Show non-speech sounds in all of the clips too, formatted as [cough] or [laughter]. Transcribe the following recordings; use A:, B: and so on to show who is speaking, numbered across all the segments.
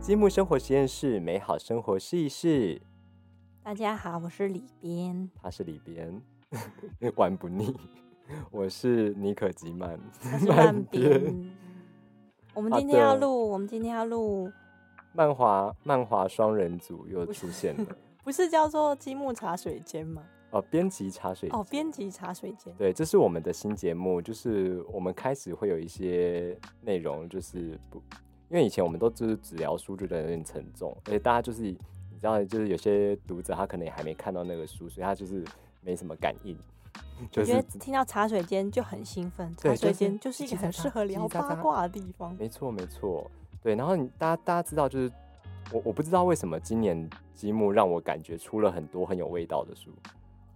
A: 积木生活实验室，美好生活试一试。
B: 大家好，我是李边。
A: 他是里边 [laughs] 玩不腻，我是尼可基曼，[laughs]
B: 他是半边。我们今天
A: 好
B: 要
A: 的
B: 录，我们今天要录，
A: 漫华漫华双人组又出现
B: [laughs]
A: 了
B: 不是叫做积木茶水间吗？
A: 哦，编辑茶水间
B: 哦，编辑茶水间。
A: 对，这是我们的新节目，就是我们开始会有一些内容，就是不，因为以前我们都就是只聊书，就觉得有点沉重，而且大家就是你知道，就是有些读者他可能也还没看到那个书，所以他就是没什么感应，就
B: 我觉
A: 是
B: 得听到茶水间就很兴奋，
A: 对
B: 茶水间
A: 就
B: 就是是一
A: 叽叽
B: 个
A: 喳
B: 很
A: 喳
B: 适合聊
A: 叽叽喳
B: 八
A: 喳
B: 卦的地方。
A: 没错没错，对。然后你大家大家知道，就是我我不知道为什么今年积木让我感觉出了很多很有味道的书，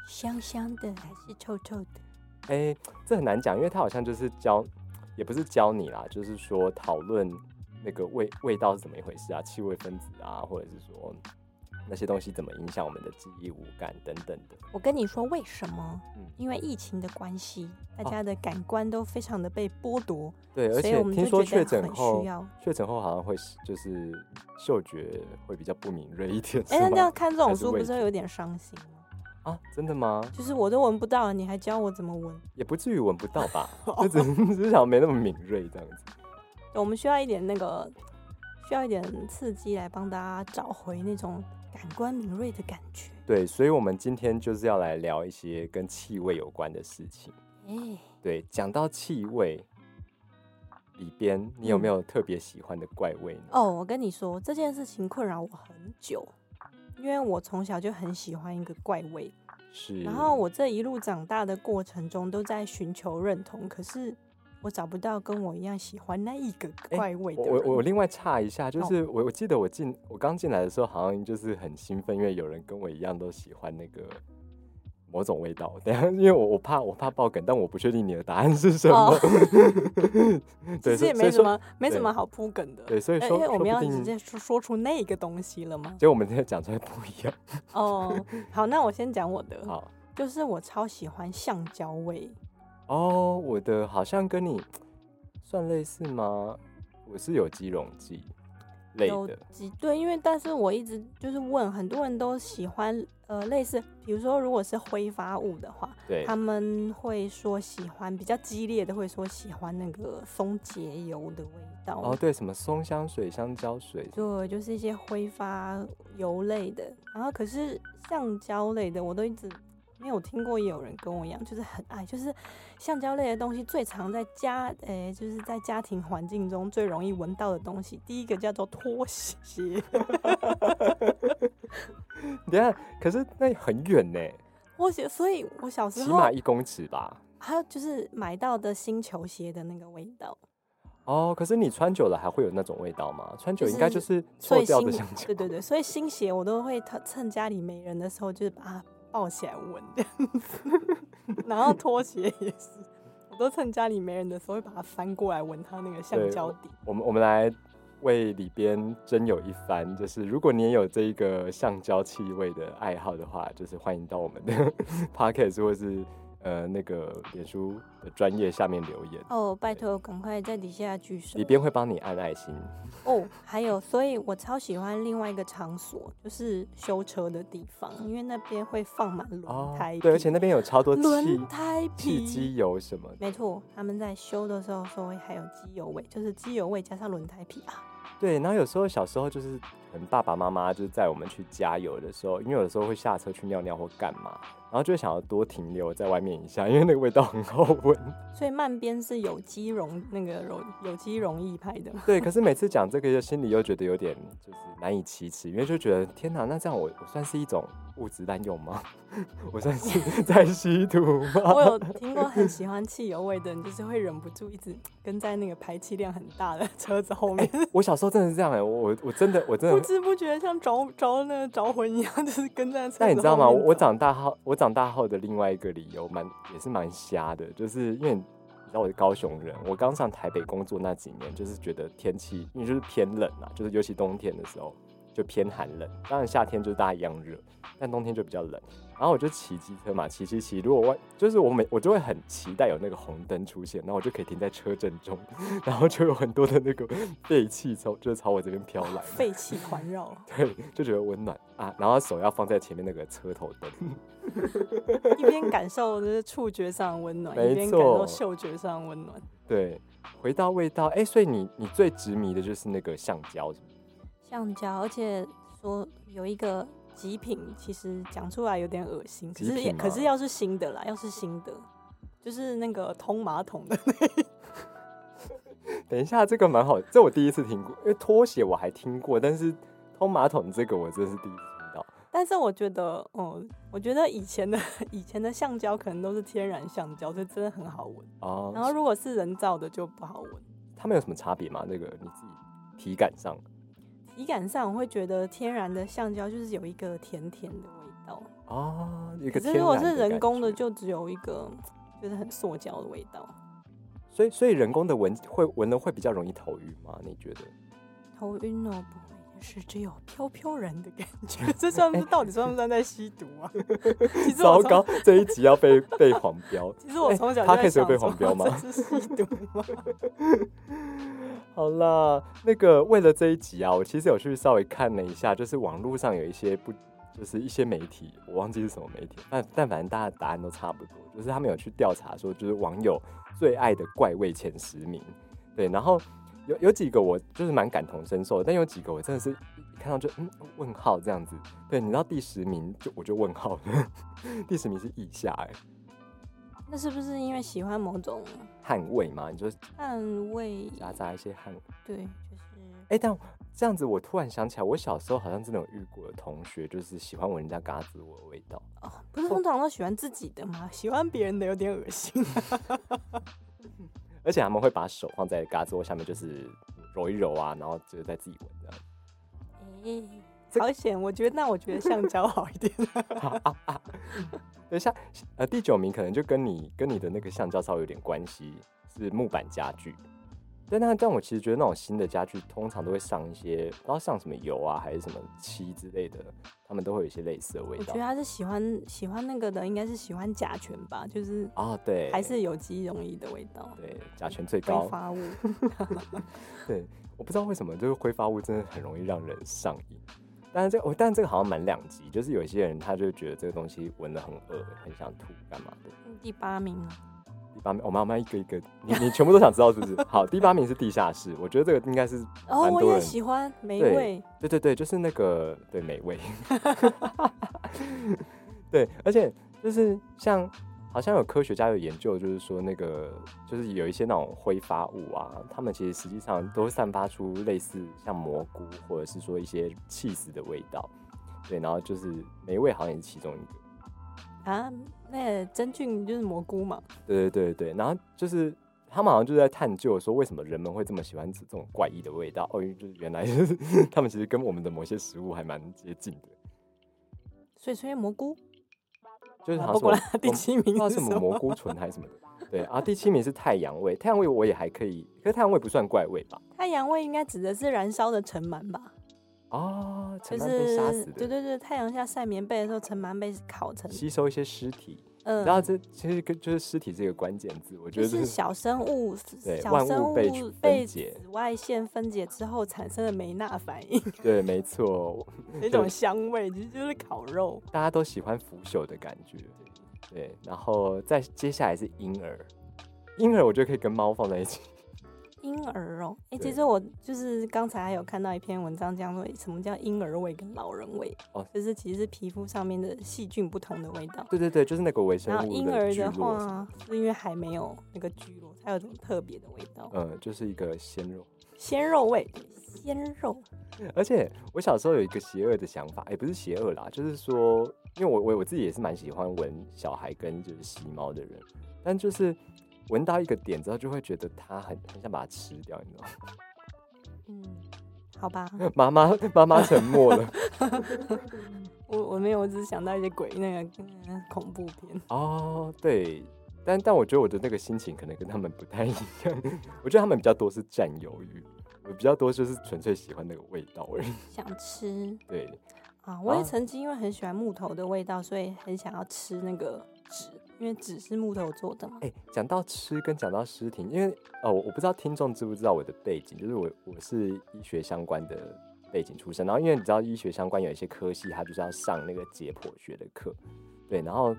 B: 香香的还是臭臭的？
A: 哎、这很难讲，因为它好像就是教，也不是教你啦，就是说讨论那个味味道是怎么一回事啊，气味分子啊，或者是说那些东西怎么影响我们的记忆、五感等等的。
B: 我跟你说为什么？
A: 嗯
B: 因为疫情的关系，大
A: 哦
B: 家的感官都非常的被剥夺，
A: 对，而
B: 所以
A: 且
B: 我们
A: 听
B: 就
A: 说
B: 觉得
A: 确诊
B: 很
A: 后
B: 需，要。
A: 确诊后好像会是就是嗅觉会比较不敏锐一点，
B: 哎、
A: 是
B: 那这样
A: 吗？
B: 看这种
A: 还是
B: 书不
A: 味
B: 是会
A: 觉
B: 有点伤心吗？
A: 啊，真的吗？
B: 就是我都闻不到，你还教我怎么闻？
A: 也不至于闻不到
B: [laughs]
A: 吧，就只只是 [laughs] 想没那么敏锐这样子。
B: 我们需要一点那个，需要一点刺激来帮大家找回那种感官敏锐的感觉。
A: 对，所以我们今天就是要来聊一些跟气味有关的事情。
B: 哎、
A: 对，讲到气味，里边你有没
B: 嗯
A: 有特别喜欢的怪味呢？
B: 哦，我跟你说这件事情困扰我很久，因为我从小就很喜欢一个怪味，
A: 是，
B: 然后我这一路长大的过程中都在寻求认同，可是我找不到跟我一样喜欢那一个
A: 哎
B: 怪味的
A: 我
B: 人。
A: 我我另外插一下，就
B: 哦
A: 是我我记得我进我刚进来的时候，好像就是很兴奋，因为有人跟我一样都喜欢那个某种味道。 [laughs] 等一下，因为我我怕我怕爆梗，但我不确定你的答案是什么
B: 哦。
A: [laughs]
B: [laughs]
A: 对，
B: 其实
A: 所以
B: 也没什
A: 说
B: 么，没什
A: 对
B: 么好铺梗的。
A: 对，所以
B: 哎
A: 说
B: 因为我
A: 说
B: 们要
A: 不
B: 直
A: 定，
B: 接说说出那个东西
A: [laughs]
B: 了吗？
A: 结果我们现在讲出来不一样。 [laughs]
B: 哦，好，那我先讲我的。
A: 好
B: 就是我超喜欢橡胶味，
A: 哦，我的好像跟你算类似吗？我是有机溶剂类
B: 有
A: 的。
B: 几对，因为但是我一直就是问很多人都喜欢呃类似，比如说如果是挥发物的话，
A: 对，
B: 他们会说喜欢比较激烈的，会说喜欢那个松节油的味道。
A: 哦，对，什么松香水、香蕉水，
B: 对，就是一些挥发油类的，然后可是橡胶类的，我都一直没有听过有人跟我一样，就是很爱，就是橡胶类的东西最常在家，诶、就是在家庭环境中最容易闻到的东西，第一个叫做拖
A: [laughs]
B: 鞋，
A: 等一下，可是那很远呢，
B: 拖鞋，所以我小时
A: 起
B: 候
A: 码一公尺吧。
B: 还有就是买到的新球鞋的那个味道，
A: 哦，可是你穿久了还会有那种味道吗？穿久
B: 就
A: 应该
B: 是
A: 就是
B: 所
A: 臭
B: 以
A: 掉
B: 新
A: 的香蕉。
B: 对对对，所以新鞋我都会趁趁家里没人的时候，就是把它抱起来闻这样子。 [laughs] 然后拖鞋也是，我都趁家里没人的时候会把它翻过来闻它那个橡
A: 对
B: 胶底。
A: 我们我们来为里边真有一番，就是如果你也有这一个橡胶气味的爱好的话，就是欢迎到我们的 [laughs] podcast 或是呃那个脸书的专业下面留言，
B: 哦，拜托，赶快在底下举手
A: 里边会帮你按爱心。
B: 哦。还有，所以我超喜欢另外一个场所，就是修车的地方，因为那边会放满轮胎皮、
A: 哦对，而且那边有超多气
B: 轮胎
A: 气
B: 皮
A: 机油什么的。
B: 没错，他们在修的时候说还有机油味，就是机油味加上轮胎皮啊。
A: 对，然后有时候小时候就是，可能爸爸妈妈就是载我们去加油的时候，因为有的时候会下车去尿尿或干嘛，然后就会想要多停留在外面一下，因为那个味道很好闻。
B: 所以慢边是有机溶那个溶有机溶液拍
A: [laughs]
B: 的吗？
A: 对，可是每次讲这个，就心里又觉得有点就是难以启齿，因为就觉得天哪，那这样我我算是一种物质滥用吗？ [laughs] 我算是 [laughs] 在吸毒
B: 我
A: 吗？
B: 有听过很喜欢汽油味的人，就是会忍不住一直跟在那个排气量很大的车子后面，
A: 我小时候真的是这样哎、我我我真的我真
B: [laughs] 不
A: 的
B: 知不觉像着着那个着魂一样，就是跟在车子后
A: 但
B: 面走。
A: 你知道吗？我我长大后，我长大后的另外一个理由蛮也是蛮瞎的，就是因为你知道我是高雄人，我刚上台北工作那几年，就是觉得天气因为就是偏冷啊，就是尤其冬天的时候，就偏寒冷。当然夏天就是大家一样热，但冬天就比较冷。然后我就骑机车嘛，骑骑骑，如果外就是我每我就会很期待有那个红灯出现，然后我就可以停在车阵中， [laughs] 然后就有很多的那个废气从就是朝我这边飘来，
B: 废气
A: [laughs]
B: 环绕，
A: 对，就觉得温暖啊。然后手要放在前面那个车头 [laughs] 灯，
B: 一边感受就是触觉上的温暖，
A: 没
B: 一边感受
A: 错
B: 嗅觉上的温暖。
A: 对。回到味道，哎、所以你你最执迷的就是那个橡胶，是不是
B: 橡胶，而且说有一个极品，其实讲出来有点恶心，可
A: 极
B: 是
A: 品
B: 也可
A: 吗
B: 是要是新的啦，要是新的，就是那个通马桶的，
A: [laughs] 等一下，这个蛮好，这我第一次听过，因为拖鞋我还听过，但是通马桶这个我真的是第一次听到。
B: 但是我觉得，哦、我觉得以前的 [laughs] 以前的橡胶可能都是天然橡胶，就真的很好闻。
A: 哦、
B: 然后如果是人造的就不好闻。
A: 他们有什么差别吗？那个你自己体感上，
B: 体感上我会觉得天然的橡胶就是有一个甜甜的味道，
A: 哦，一
B: 可
A: 个
B: 是
A: 天
B: 如果
A: 然
B: 是人
A: 感
B: 工的
A: 觉，
B: 就只有一个就是很塑胶的味道。
A: 所以所以人工的闻会闻了会比较容易头晕吗？你觉得？
B: 头晕哦，不会，就是只有飘飘然的感觉。 [laughs] 这算不到底算不算在吸毒啊？ [laughs] 其
A: 哎
B: 实
A: 糟
B: 我从
A: 糕，这一集要被被黄标。
B: 其实我
A: 哎
B: 从小就在
A: podcast
B: 想
A: 有被
B: 说
A: 黄标吗
B: 这是吸毒吗？
A: 好啦，那个为了这一集啊，我其实有去稍微看了一下，就是网络上有一些不，就是一些媒体，我忘记是什么媒体，但但反正大家答案都差不多，就是他们有去调查说，就是网友最爱的怪味前十名，对，然后有有几个我就是蛮感同身受的，但有几个我真的是一看到就嗯问号这样子，对，你知道第十名就我就问号 [laughs] 了，第十名是腋下、欸，
B: [laughs] 那是不是因为喜欢某种
A: 汗味嘛，你就
B: 汗味？
A: 夹杂一些汗
B: 对，就是
A: 哎、但这样子，我突然想起来，我小时候好像真的有遇过同学，就是喜欢闻人家嘎子窝的味道。
B: 哦，不是通常都喜欢自己的吗？ [laughs] 喜欢别人的有点恶心。
A: 而且他们会把手放在嘎子窝下面，就是揉一揉啊，然后就是在自己闻这样。这
B: 好险！我觉得那我觉得橡胶好 [laughs] 一点。
A: 等一下，呃，第九名可能就跟你跟你的那个橡胶稍微有点关系，是木板家具。但那但我其实觉得那种新的家具通常都会上一些，不知道上什么油啊，还是什么漆之类的，他们都会有一些类似的味
B: 我觉
A: 道
B: 得。他是喜欢喜欢那个的，应该是喜欢甲醛吧，就是
A: 啊、对，
B: 还是有机溶液的味道。
A: 对甲醛最高
B: 挥。发物。
A: 对，我不知道为什么，就是挥发物真的很容易让人上瘾。但是这个，我但这个好像蛮两极，就是有一些人他就觉得这个东西闻得很恶，很想吐，干嘛的。
B: 第八名啊呢？
A: [laughs] 第八名，哦我们我们要一个一个，你你全部都想知道是不 [laughs] 是？好，第八名是地下室，我觉得这个应该是
B: 哦，
A: 蛮
B: 我
A: 多
B: 也
A: 人
B: 喜欢玫
A: 对
B: 瑰，
A: 对对对，就是那个对美味， [laughs] 对，而且就是像好像有科学家有研究，就是说那个就是有一些那种挥发物啊，他们其实实际上都会散发出类似像蘑菇或者是说一些气死的味道，对，然后就是美味好像也是其中一个，
B: 啊，那真菌就是蘑菇嘛。
A: 对对对对，然后就是。他们好像就是在探究说，为什么人们会这么喜欢这种怪异的味道？哦，就是原来就是 [laughs] 他们其实跟我们的某些食物还蛮接近的。
B: 所以，所以蘑菇，
A: 就是
B: 啊
A: 好
B: 不
A: 像
B: 过
A: 什么
B: 啦，第
A: 我
B: 七
A: 不知道 [laughs]
B: 名是
A: 什么
B: 什么？
A: 蘑菇醇还是什么的。对啊，第七名是太阳味，太阳味我也还可以，可是太阳味不算怪味吧？
B: 太阳味应该指的是燃烧的尘螨吧？
A: 啊，陈
B: 就
A: 曼被
B: 是
A: 杀死的，
B: 对对对，太阳下晒棉被的时候，尘螨被烤成，
A: 吸收一些尸体。
B: 嗯、
A: 然后这其实跟就是尸体这个关键字，我觉
B: 就
A: 得这
B: 是
A: 是
B: 小生物，
A: 对
B: 小
A: 万物
B: 生物
A: 被分
B: 被
A: 解
B: 紫外线分解之后产生的梅纳反 [laughs] 应，
A: 对，没错，
B: 那种香味，其实就是烤肉。
A: 大家都喜欢腐朽的感觉。对，然后再接下来是婴儿，婴儿我觉得可以跟猫放在一起。 [laughs]
B: 婴儿哦，哎、
A: 对
B: 其实我就是刚才还有看到一篇文章，讲说什么叫婴儿味跟老人味，
A: 哦
B: 就是其实是皮肤上面的细菌不同的味道。
A: 对对对，就是那个微生
B: 然后
A: 物
B: 婴儿
A: 聚
B: 的
A: 落什么，
B: 话，是因为还没有那个聚落，才有种特别的味道，
A: 嗯，就是一个鲜肉。
B: 鲜肉味，鲜肉。
A: 而且我小时候有一个邪恶的想法，也、不是邪恶啦，就是说，因为我我我自己也是蛮喜欢闻小孩跟就是吸猫的人，但就是闻到一个点之后，就会觉得它很很想把它吃掉，你知道吗？ [laughs]
B: 嗯，好吧，
A: 妈妈妈妈沉默了
B: [laughs]
A: [laughs]
B: 我我没有，我只是想到一些鬼那个、嗯恐怖片。
A: 哦，对， [laughs] 但但我觉得我的那个心情可能跟他们不太一样，我觉得他们比较多是占有欲，我比较多就是纯粹喜欢那个味道而已。
B: 想吃
A: 对，
B: 啊！我也
A: 啊
B: 曾经因为很喜欢木头的味道，所以很想要吃那个纸，因为纸是木头做的嘛。
A: 哎、讲到吃跟讲到尸体，因为哦，我我不知道听众知不知道我的背景，就是我我是医学相关的背景出身，然后因为你知道医学相关有一些科系，它就是要上那个解剖学的课，对，然后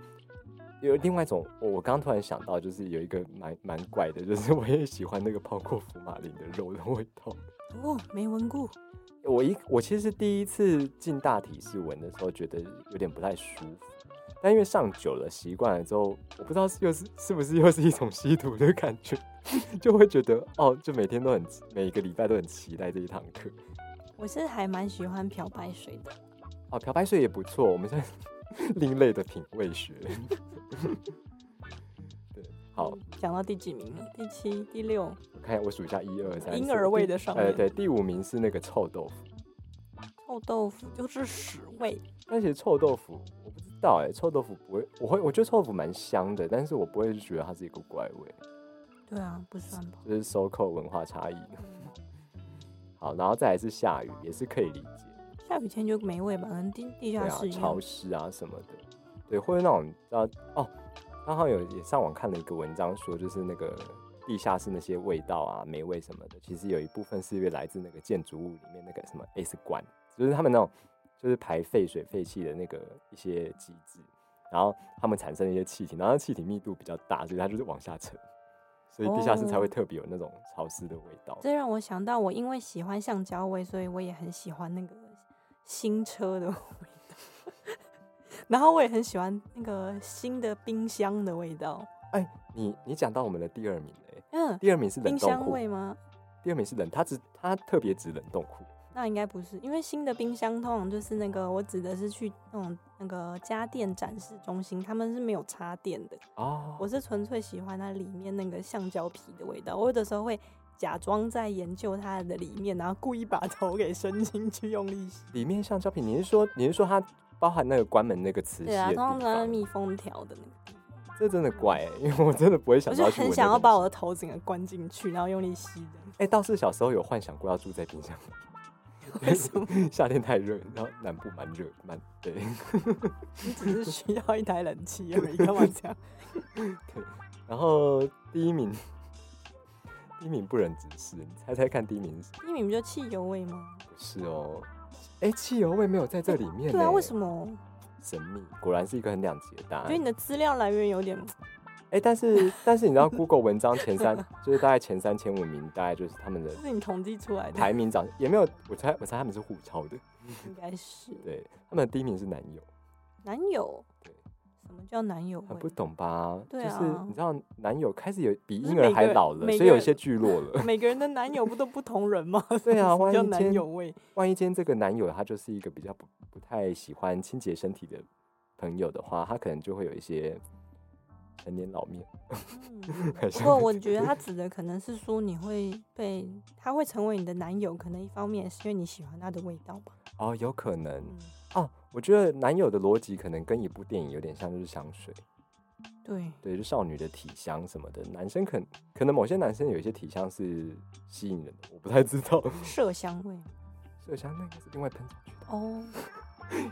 A: 有另外一种，我我刚刚突然想到，就是有一个蛮蛮怪的，就是我也喜欢那个泡过福马林的肉的味道。
B: 哦，没闻过，
A: 我一我其实是第一次进大体室闻的时候，觉得有点不太舒服，但因为上久了习惯了之后，我不知道是又是是不是又是一种吸毒的感觉， [laughs] 就会觉得哦，就每天都很每个礼拜都很期待这一堂课
B: 我是还蛮喜欢漂白水的。
A: 哦，漂白水也不错，我们现在 [laughs] 另类的品味学。对，好，
B: 嗯，讲到第几名了？第七、第六，
A: 我看我数一下，一二三，
B: 婴
A: 四
B: 儿味的上面，
A: 呃，对，第五名是那个臭豆腐。
B: 臭豆腐就是屎味。
A: 但其实臭豆腐我不知道哎、臭豆腐不会，我会我觉得臭豆腐蛮香的，但是我不会觉得它是一个怪味，
B: 对啊，不算吧？
A: 就是收扣文化差异。
B: 嗯
A: [laughs] 好，然后再来是下雨，也是可以理解，
B: 下雨天就没味吧，跟地
A: 对
B: 地下
A: 啊
B: 室，一样
A: 潮。湿啊什么的，对，或者那种你知道哦，刚好有也上网看了一个文章说，就是那个地下室那些味道啊、霉味什么的，其实有一部分是因为来自那个建筑物里面那个什么 S 管，就是他们那种就是排废水废气的那个一些机制，然后他们产生了一些气体，然后气体密度比较大，所以它就是往下沉，所以地下室才
B: 哦
A: 会特别有那种潮湿的味道。
B: 这让我想到，我因为喜欢橡胶味，所以我也很喜欢那个新车的 [laughs] 味道，然后我也很喜欢那个新的冰箱的味道。
A: 你你讲到我们的第二名嘞、
B: 嗯，
A: 第二名是冷
B: 冰
A: 冻
B: 箱
A: 库，
B: 味吗？
A: 第二名是冷，它只它特别指冷冻库。
B: 那应该不是，因为新的冰箱通常就是那个，我指的是去那种那个家电展示中心，他们是没有插电的。
A: 哦，
B: 我是纯粹喜欢它里面那个橡胶皮的味道，我有的时候会假装在研究它的里面，然后故意把头给伸进去用力吸。
A: 里面橡胶皮，你是说你是说它包含那个关门那个磁吸
B: 对啊，
A: 的地
B: 通常都是
A: 方？
B: 密封条的那个，
A: 这真的怪、欸，因为我真的不会想
B: 我
A: 到
B: 就
A: 要去闻
B: 很
A: 那
B: 想要
A: 东
B: 把
A: 西
B: 我的头整个关进去，然后用力
A: [laughs]
B: 吸的。
A: 哎、倒是小时候有幻想过要住在冰箱
B: 为什么？
A: 里， [laughs] 夏天太热，然后南部蛮热蛮对
B: 你只是需要一台冷气而已，干
A: [laughs]
B: 嘛这样？
A: 对。然后第一名，第一名不忍直视，你猜猜看第一名是
B: 第一名不就汽油味吗？
A: 不是哦？哎、汽油味没有在这里面、欸，
B: 对啊，为什
A: 么
B: 么？
A: 神秘？果然是一个很两极的答
B: 我
A: 案
B: 觉得。你的资料来源有点
A: 哎、但是但是你知道 Google 文章前三就是大概前三前五名，大概就是他们的
B: 这是你统计出来的，
A: 排名长也没有，我猜我猜他们是互抄的，
B: 应该是
A: 对，他们的第一名是男友，
B: 男友
A: 对。
B: 什么叫男友
A: 很
B: 味
A: 不？懂吧？
B: 对
A: 就
B: 啊
A: 是你知道男友开始有比
B: 就是
A: 婴儿
B: 每
A: 还
B: 个
A: 老了，
B: 每
A: 所以有
B: 个
A: 一些聚落
B: [laughs]
A: 了。
B: 每个人的男友不都不同人吗？ [laughs]
A: 对啊
B: 什么
A: 万一
B: 叫
A: 今
B: 男
A: 天
B: 友
A: [laughs]
B: 味。
A: 万一今天这个男友他就是一个比较不不太喜欢清洁身体的朋友的话，他可能就会有一些陈年老面。
B: 嗯
A: [laughs] 很
B: 不
A: 像
B: 过我觉得他指的可能是说你会被他会成为你的男友，可能一方面也是因为你喜欢他的味道吧。
A: 哦，有可能
B: 嗯，
A: 哦。我觉得男友的逻辑可能跟一部电影有点像，就是香水，
B: 嗯对，
A: 对，就少女的体香什么的。男生可可能某些男生有一些体香是吸引人的，我不太知道。 [laughs]
B: 麝香味
A: 麝香那应该是另外喷出去的，
B: 哦。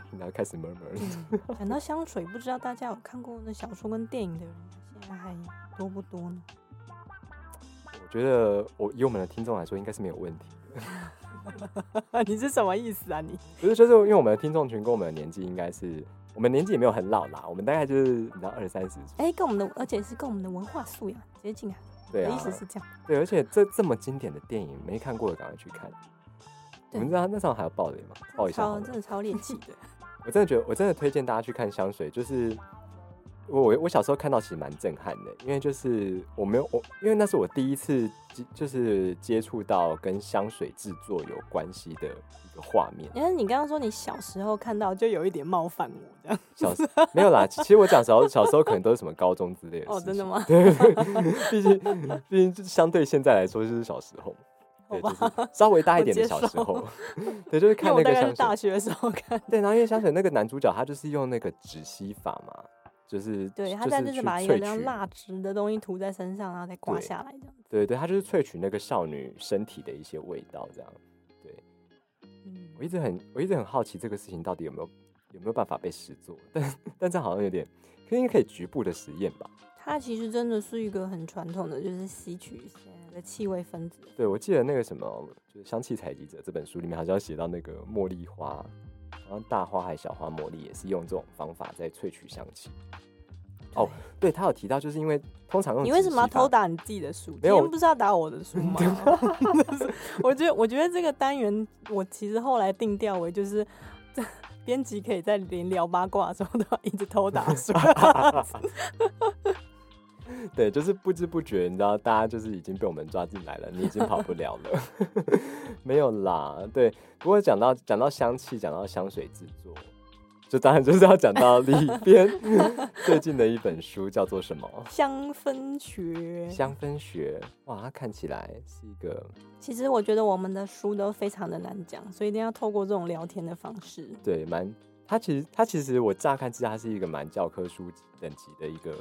A: [laughs] 然后开始 murmur 了。
B: 嗯讲到香水，不知道大家有看过那小说跟电影的人，现在还多不多呢？
A: 我觉得我以我们的听众来说，应该是没有问题。
B: [laughs] 你是什么意思啊你？
A: 不是，就是因为我们的听众群跟我们的年纪应该是，我们年纪也没有很老啦，我们大概就是你知道二三十岁。
B: 哎，跟我们的，而且是跟我们的文化素养接近啊。
A: 对
B: 我的
A: 啊
B: 意，思是这样。
A: 对，而且这这么经典的电影没看过的，赶快去看。你
B: 对
A: 们知道那上还有爆雷吗？爆一下好
B: 超
A: 了
B: 真。的超猎奇 [laughs] 的，
A: 我真的觉得，我真的推荐大家去看香水，就是。我我我小时候看到其实蛮震撼的，因为就是我没有我，因为那是我第一次接就是接触到跟香水制作有关系的一个画面。
B: 因为你刚刚说你小时候看到就有一点冒犯我这样。
A: 小时没有啦，其实我讲小小时候可能都是什么高中之类的
B: 哦，
A: 事
B: 真的
A: 情？ [laughs]
B: 吗？ [laughs]
A: 毕竟毕竟就是相对现在来说就是小时候，对，
B: 好
A: 就
B: 吧
A: 是稍微大一
B: 我
A: 点的
B: 接
A: 小时
B: 受
A: 候，对，就是看
B: 因为
A: 那
B: 我
A: 个
B: 大概是
A: 香
B: 大 [laughs]
A: 水，
B: 学的时候看。
A: 对，然后因为香水那个男主角他就是用那个止吸法嘛，就是
B: 对，它
A: 就
B: 但
A: 是
B: 就是
A: 去
B: 把一
A: 萃
B: 个比较
A: 取
B: 蜡质的东西涂在身上，然后再刮
A: 对
B: 下来这样。
A: 对对，它就是萃取那个少女身体的一些味道，这样。
B: 嗯
A: 我一直很我一直很好奇这个事情到底有没有有没有办法被实做，但但这好像有点，可应该可以局部的实验吧？
B: 它其实真的是一个很传统的，就是吸取一些的气味分子。
A: 对，我记得那个什么，就是《香气采集者》这本书里面好像写到那个茉莉花，好像大花还是小花茉莉也是用这种方法在萃取香气。哦，对他有提到，就是因为通常用
B: 你为什么要
A: 直吸法
B: 偷？打你自己的书？
A: 没
B: 今
A: 有啊
B: 天不是要打我的
A: [laughs]
B: 书吗？就是 [laughs] 我觉得，我觉得这个单元，我其实后来定调为就是，这编辑可以在连聊八卦的时候都要一直偷
A: [laughs]
B: 打书。 [laughs]
A: 对，就是不知不觉，你知道，大家就是已经被我们抓进来了，你已经跑不了了。 [laughs] 没有啦，对。不过讲到讲到香气，讲到香水制作，就当然就是要讲到里边最近的一本书叫做什么？
B: 香氛学，
A: 香氛学。哇，它看起来是一个
B: 其实我觉得我们的书都非常的难讲，所以一定要透过这种聊天的方式。
A: 对，蛮它其实它其实我乍看之下它是一个蛮教科书等级的一个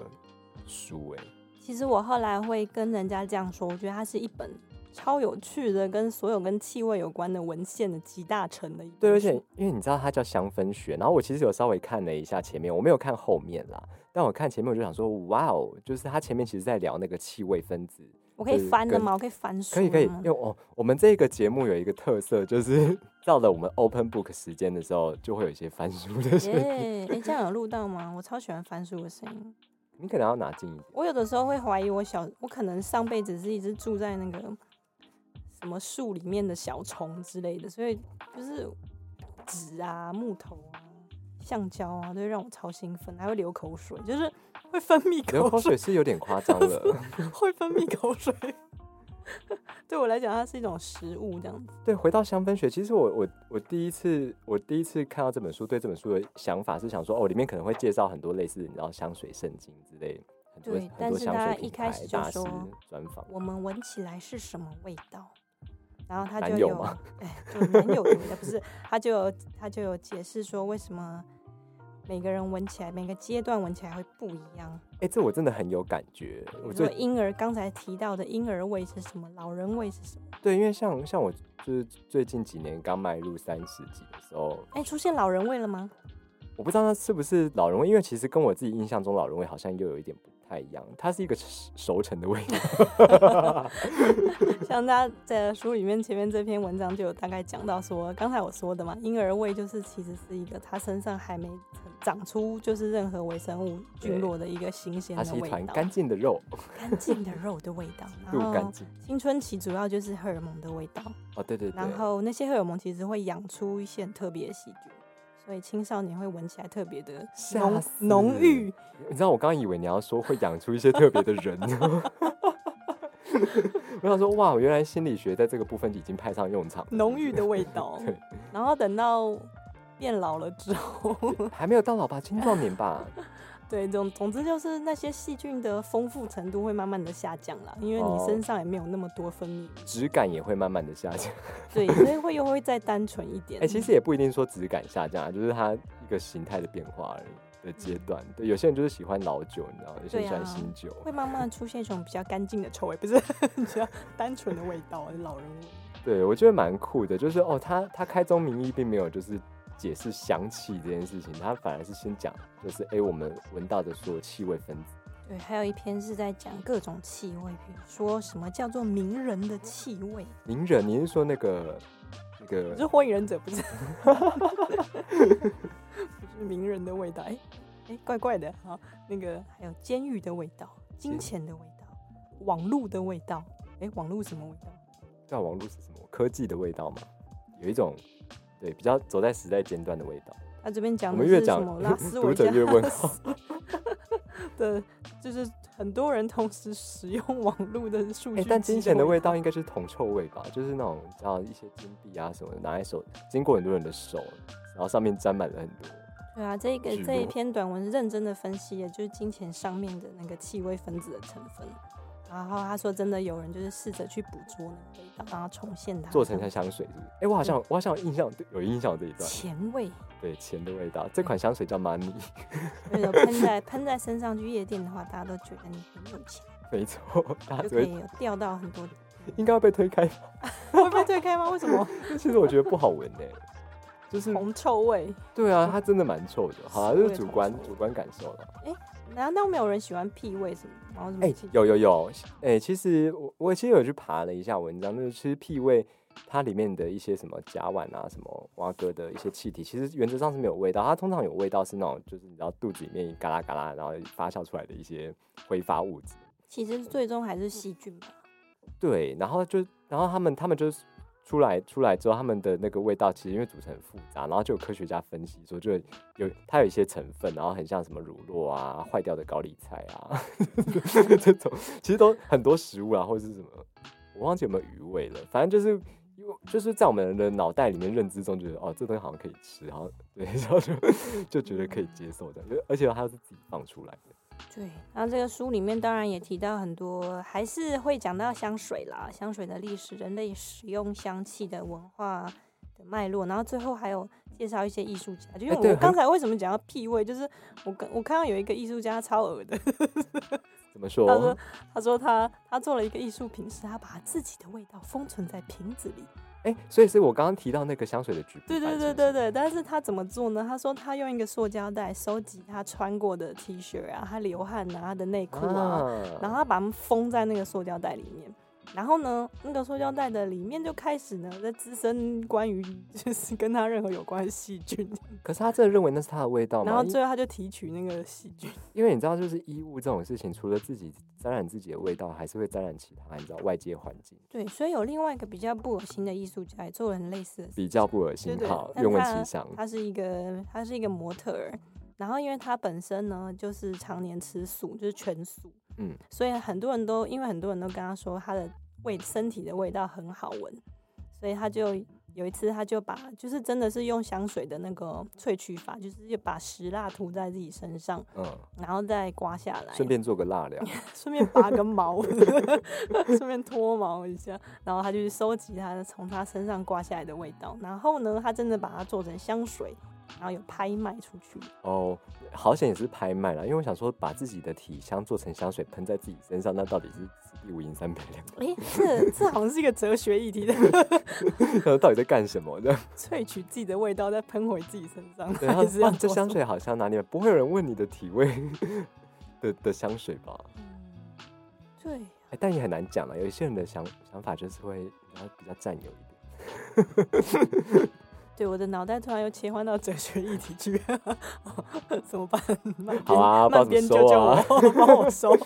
A: 书哎、
B: 其实我后来会跟人家这样说，我觉得它是一本超有趣的，跟所有跟气味有关的文献的集大成的一本
A: 对，而
B: 书
A: 且因为你知道它叫香氛学，然后我其实有稍微看了一下前面，我没有看后面啦，但我看前面我就想说，哇哦，就是它前面其实在聊那个气味分子，
B: 我可以
A: 就是
B: 翻的
A: 跟
B: 吗？我可以翻书
A: 可以可以，
B: 吗
A: 因为哦，我们这个节目有一个特色，就是 [laughs] 到了我们 open book 时间的时候，就会有一些翻书的声
B: 耶！
A: 音，
B: 哎、这样有录到吗？我超喜欢翻书的声音。
A: 你可能要拿近一
B: [laughs]
A: 点。
B: 我有的时候会怀疑，我小我可能上辈子是一只住在那个什么树里面的小虫之类的，所以就是纸啊、木头啊、橡胶啊，都会让我超兴奋，还会流口水，就是会分泌
A: 流
B: 口
A: 口
B: 水，
A: 水是有点夸张了，
B: 会分泌口水。 [laughs] 对我来讲，它是一种食物，这样子。
A: 对，回到香氛学，其实我我我第一次我第一次看到这本书，对这本书的想法是想说，哦，里面可能会介绍很多类似你知道香水圣经之类，很多
B: 对
A: 很
B: 但
A: 多
B: 是
A: 香
B: 他
A: 水
B: 一
A: 品
B: 开
A: 牌
B: 始就
A: 大师
B: 说
A: 专访。
B: 我们闻起来是什么味道？然后他
A: 男
B: 就
A: 友
B: 有
A: 吗，
B: 哎，就男友的味道不是，他就有他就有解释说为什么每个人闻起来，每个阶段闻起来会不一样。
A: 哎、这我真的很有感觉。
B: 比
A: 我
B: 如说
A: 最
B: 婴儿刚才提到的婴儿味是什么，老人味是什么？
A: 对，因为像像我就是最近几年刚迈入三十几的时候，
B: 哎，出现老人味了吗？ [laughs]
A: 我不知道它是不是老人味，因为其实跟我自己印象中老人味好像又有一点不太一样，它是一个熟熟成的味道。
B: 像他在书里面前面这篇文章就有大概讲到说，刚才我说的嘛，婴儿味就是其实是一个他身上还没长出就是任何微生物菌
A: 对
B: 落的一个新鲜
A: 它是
B: 的
A: 一
B: 味
A: 团
B: 道。哦
A: 干净的
B: [laughs]
A: 肉，，
B: 干净的肉的味道
A: [laughs] 肉
B: 然
A: 干
B: 后
A: 净。
B: 青春期主要就是荷尔蒙的味道，
A: 哦，对对对。
B: 然后那些荷尔蒙其实会养出一些很特别的细菌，所以青少年会闻起来特别的
A: 吓
B: 浓
A: 死
B: 浓郁。
A: 你知道我刚刚以为你要说会养出一些特别的人， [laughs] 我想说哇，原来心理学在这个部分已经派上用场了，
B: 浓郁
A: 是。
B: 的味道
A: [laughs] 对
B: 然后等到变老了之后， [laughs]
A: 不是还没有到老吧，青壮年吧，
B: 对总总之就是那些细菌的丰富程度会慢慢的下降啦，因为
A: 哦
B: 你身上也没有那么多分泌，
A: [laughs] 质感也会慢慢的下降。
B: 对，所以会又会再单纯一点。
A: 哎、其实也不一定说质感下降啊，就是它一个形态的变化而已的阶段。对，有些人就是喜欢老酒，你知道吗，有些人喜欢
B: 对啊
A: 新酒。
B: 会慢慢地出现一种比较干净的臭味，不是 [laughs] 比较单纯的味道，老人味。
A: 对，我觉得蛮酷的，就是哦，他他开宗明义并没有就是解释香气这件事情，他反而是先讲就是哎、我们闻到的所有气味分子。
B: 对，还有一篇是在讲各种气味，比如说什么叫做名人的气味，
A: 名人，你是说那个那
B: 不
A: 个
B: 是火影忍者，不是， [laughs] 不是名人的味道，哎、哎、怪怪的。好，那个还有监狱的味道，金
A: 监
B: 钱的味道，网络的味道，哎、网络什么味道？
A: 叫网络是什么科技的味道吗？有一种对比较走在时代尖端的味道。
B: 他这边讲
A: 我
B: 的
A: 们越
B: 是什
A: 讲
B: 么？拉斯
A: [laughs] 读
B: 维加
A: 者越问号。
B: 的，就是很多人同时使用网络的数
A: [laughs] 哎、
B: 据、
A: 但金钱的味道。应该就是铜臭味吧？就是那种你知道一些金币啊什么的，拿在手，经过很多人的手，然后上面沾满了很多。
B: 对啊，这个
A: 植
B: 这一
A: 物
B: 篇短文认真的分析，也就是金钱上面的那个气味分子的成分。然后他说真的有人就是试着去捕捉那个味道，然后重现它
A: 做成像香水是不是？哎、我好像我好像有印象有印象这一段，
B: 前味，
A: 对钱的味道。这款香水叫 Money， [laughs]
B: 那个喷在喷在身上去夜店的话，大家都觉得你很有钱，
A: 没错，大家
B: 就
A: 只
B: 可
A: 会
B: 以钓到很
A: [laughs]
B: 多。
A: 应该要被推开。
B: 会被推开吗？为什么？
A: [laughs] 其实我觉得不好闻哎、就是
B: 红臭味？
A: 对啊，它真的蛮臭的。好啦，啊
B: 是
A: 这
B: 味
A: 是主
B: 道
A: 观
B: 臭
A: 主观感受了。
B: 难道没有人喜欢屁味什么？然后什么？
A: 哎、有有有，哎、其实我我其实有去爬了一下文章，就是其实屁味它里面的一些什么甲烷啊、什么蛙哥的一些气体，其实原则上是没有味道。它通常有味道是那种就是你知道肚子里面嘎啦嘎啦，然后发酵出来的一些挥发物质。
B: 其实最终还是细菌吧。
A: 对，然后就然后他们他们就是出来出来之后，他们的那个味道其实因为组成很复杂，然后就有科学家分析说，就有它有一些成分，然后很像什么乳酪啊、坏掉的高丽菜啊 [laughs] 这种，其实都很多食物啊，或者是什么，我忘记有没有鱼味了，反正就是。就是在我们的脑袋里面认知中，觉得哦，这东西好像可以吃，然后对，然后就就觉得可以接受的，而且它是自己放出来的，
B: 对，然后这个书里面当然也提到很多，还是会讲到香水啦，香水的历史、人类使用香气的文化的脉络，然后最后还有介绍一些艺术家。就因
A: 哎对
B: 为我
A: 很
B: 刚才为什么讲到屁味，就是我刚我看到有一个艺术家超恶的，
A: 怎么说？
B: 他说他说他他做了一个艺术品，是他把自己的味道封存在瓶子里。
A: 哎、所以所以我刚刚提到那个香水的局部
B: 对
A: 版
B: 对
A: 是
B: 对
A: 不是
B: 对对，但是他怎么做呢？他说他用一个塑胶袋收集他穿过的 T 恤啊，他流汗啊，他的内裤啊，然后他把它们封在那个塑胶袋里面。然后呢，那个塑胶袋的里面就开始呢在滋生关于 [laughs] 就是跟他任何有关的细菌，
A: 可是他真的认为那是他的味道吗？
B: 然后
A: 因
B: 最后他就提取那个细菌。
A: 因为你知道，就是衣物这种事情，除了自己沾染自己的味道，还是会沾染其他，你知道外界环境
B: 对，所以有另外一个比较不恶心的艺术家也做了很类似的事，
A: 比较不恶心
B: 对，对
A: 好，
B: 但
A: 愿闻
B: 他
A: 其详。
B: 他是一个他是一个模特儿，然后因为他本身呢就是常年吃素，就是全素，
A: 嗯，
B: 所以很多人都因为很多人都跟他说他的味身体的味道很好闻，所以他就有一次他就把就是真的是用香水的那个萃取法，就是就把石蜡涂在自己身上，
A: 嗯，
B: 然后再刮下来，
A: 顺便做个蜡
B: [laughs]
A: 疗，
B: 顺便拔个毛， [laughs] 顺便脱毛一下，然后他就去收集他从他身上刮下来的味道，然后呢，他真的把它做成香水，然后有拍卖出去。
A: 哦，好险也是拍卖啦，因为我想说，把自己的体香做成香水喷在自己身上，那到底是此地无银三百两，
B: 诶，这这好像是一个哲学议
A: [laughs]
B: 题的哎
A: 到底在干什么？这 [laughs] 样
B: 萃取自己的味道，再喷回自己身上，
A: 对，他
B: 还是要
A: 哇这
B: 做
A: 香
B: 什
A: 水好香，哪里买不会有人问你的体味 [laughs] 的的香水吧？
B: 么。嗯对，
A: 哎、但也很难讲了。有一些人的想想法就是会，然后比较占有一点。 [laughs]
B: 对，我的脑袋突然又切换到哲学议题去， [laughs] 怎么办？慢
A: 好啊不知道怎么
B: 边慢边
A: 收
B: 救救
A: 啊
B: 我， [laughs] 帮我收。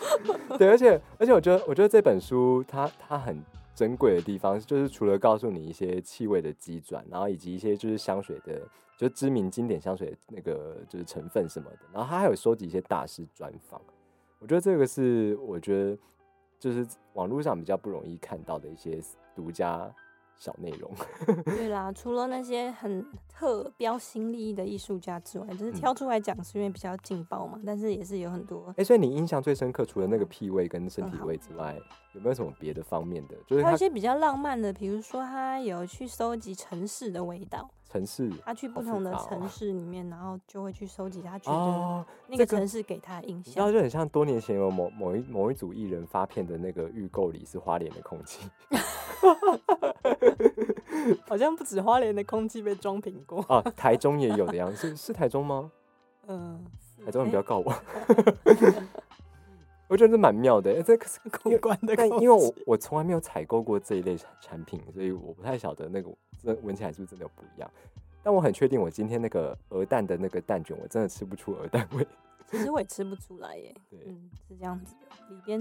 A: 对，而且而且我觉得我觉得这本书它它很珍贵的地方，就是除了告诉你一些气味的基转，然后以及一些就是香水的，就是知名经典香水的那个就是成分什么的，然后它还有收集一些大师专访。我觉得这个是我觉得就是网络上比较不容易看到的一些独家小内容。
B: 对啦，除了那些很特标新立异的艺术家之外，就是
A: 嗯
B: 挑出来讲是因为比较劲爆嘛，但是也是有很多
A: 哎、。所以你印象最深刻，除了那个屁味跟身体味之外，有没有什么别的方面的？就是
B: 还有
A: 嗯它
B: 一些比较浪漫的，比如说他有去收集城市的味道，
A: 城市
B: 他去不
A: 好复
B: 同的
A: 杂哦
B: 城市里面，然后就会去收集他觉得
A: 哦，
B: 那
A: 这
B: 个
A: 个
B: 城市给他的印
A: 你知道
B: 象。
A: 就很像多年前有某某一某一组艺人发片的那个预购里是花莲的空
B: [laughs]
A: 气
B: 好像不止花莲的空气被装瓶过，
A: 啊，台中也有的样子，是是台中吗？
B: 嗯，
A: 台中人不
B: 哎
A: 要告
B: [laughs]
A: 我，我觉得这蛮妙的。欸这可是
B: 哎古关的
A: 但
B: 空气。
A: 因为我我从来没有采购过这一类产产品，所以我不太晓得那个这闻起来是不是真的有不一样。但我很确定，我今天那个鹅蛋的那个蛋卷，我真的吃不出鹅蛋 [laughs] 味。
B: 其实我也吃不出来耶。
A: 对
B: 嗯，是这样子的。里边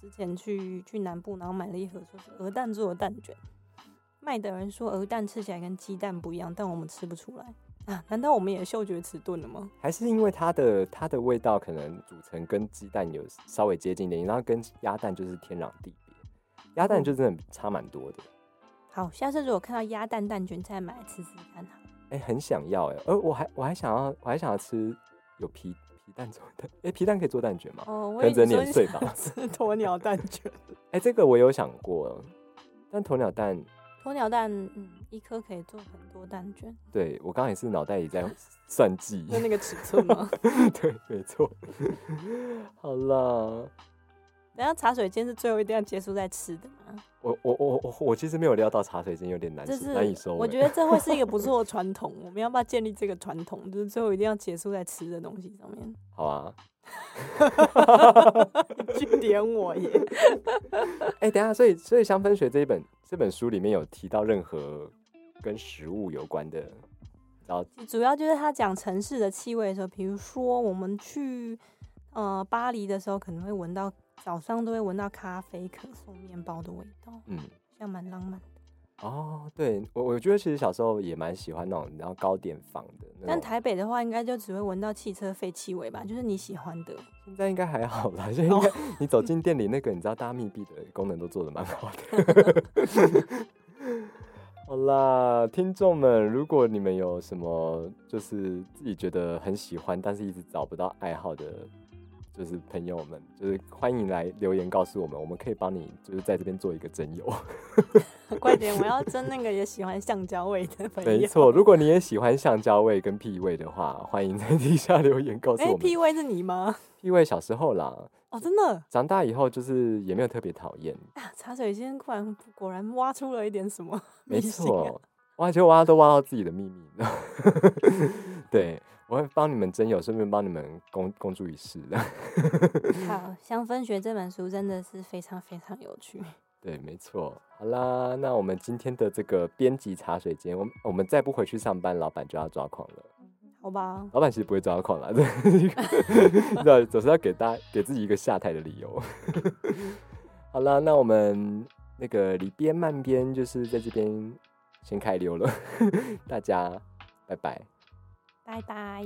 B: 之前去去南部，然后买了一盒，说是鹅蛋做的蛋卷，卖的人说鹅蛋吃起来跟鸡蛋不一样，但我们吃不出来啊？难道我们也嗅觉迟钝了吗？
A: 还是因为它的它的味道可能组成跟鸡蛋有稍微接近一点，然后跟鸭蛋就是天壤地别，鸭蛋
B: 嗯
A: 就真的差蛮多的。
B: 好，下次如果看到鸭蛋蛋卷，再买来吃吃看哈。
A: 呃哎、很想要哎、而我还我还想要我还想要吃有皮皮蛋做蛋，哎、皮蛋可以做蛋卷吗？
B: 哦，我
A: 跟
B: 以为
A: 着
B: 你说
A: 碾
B: 你
A: 碎吧
B: 想吃
A: [laughs]
B: 鸵鸟蛋卷，
A: 哎、这个我有想过，但鸵鸟蛋，
B: [laughs] 鸵鸟蛋，嗯，一颗可以做很多蛋卷， [laughs]
A: 对我刚才也是脑袋里在算计，
B: 就那个尺寸吗？
A: [laughs] 对，没错。 [laughs] 好啦，
B: 等一下茶水间是最后一定要结束再吃的吗？
A: 我我我我我其实没有料到茶水间有点难
B: 这
A: 难以
B: 是
A: 收
B: 我
A: 尾。
B: 觉得这会是一
A: [laughs]
B: 个不错的传统，我们要不要建立这个传统？就是最后一定要结束在吃的东西上 [laughs] 面。
A: 好啊，
B: 去点我耶！
A: 哎、等一下，所以所以《香氛学》这一本这本书里面有提到任何跟食物有关的，然后
B: [laughs] 主要就是他讲城市的气味的时候，比如说我们去呃巴黎的时候，可能会闻到早上都会闻到咖啡、可颂、面包的味道，
A: 嗯，
B: 这样蛮浪漫的。
A: 哦，对我我觉得其实小时候也蛮喜欢那种然后糕点坊的那
B: 但
A: 种，
B: 台北的话，应该就只会闻到汽车废气味吧，就是你喜欢
A: [laughs]
B: 的。
A: 现在应该还好啦，现在
B: 哦
A: 应该、你走进店里那个，你知道大家密闭的功能都做的蛮好的。 [laughs] 好啦，听众们，如果你们有什么就是自己觉得很喜欢，但是一直找不到爱好的，就是朋友们，就是欢迎来留言告诉我们，我们可以帮你就是在这边做一个征友。
B: 哎快点，我要争那个也喜欢橡胶味的朋友。
A: 没错，如果你也喜欢橡胶味跟屁味的话，欢迎在底下留言告诉
B: 哎、
A: 我们。
B: 屁味是你吗？
A: 屁味小时候啦，
B: 哦，真的
A: 长大以后就是也没有特别讨厌，
B: 啊！茶水间果然果然挖出了一点什么
A: [laughs] 没
B: 迷信啊
A: 错，挖就挖都挖到自己的秘密。 [laughs] 对，我会帮你们征友，顺便帮你们公公诸于世的。 [laughs]
B: 好，《香氛学》这本书真的是非常非常有趣。
A: 对，没错。好啦，那我们今天的这个编辑茶水间，我们我们再不回去上班，老板就要抓狂了。
B: 好吧，
A: 老板其实不会抓狂啦， [laughs] 对，对，总是要给大家给自己一个下台的理由。 [laughs] 好啦，那我们那个里边慢边就是在这边 [laughs] 先开溜了，大家拜拜。
B: 拜拜。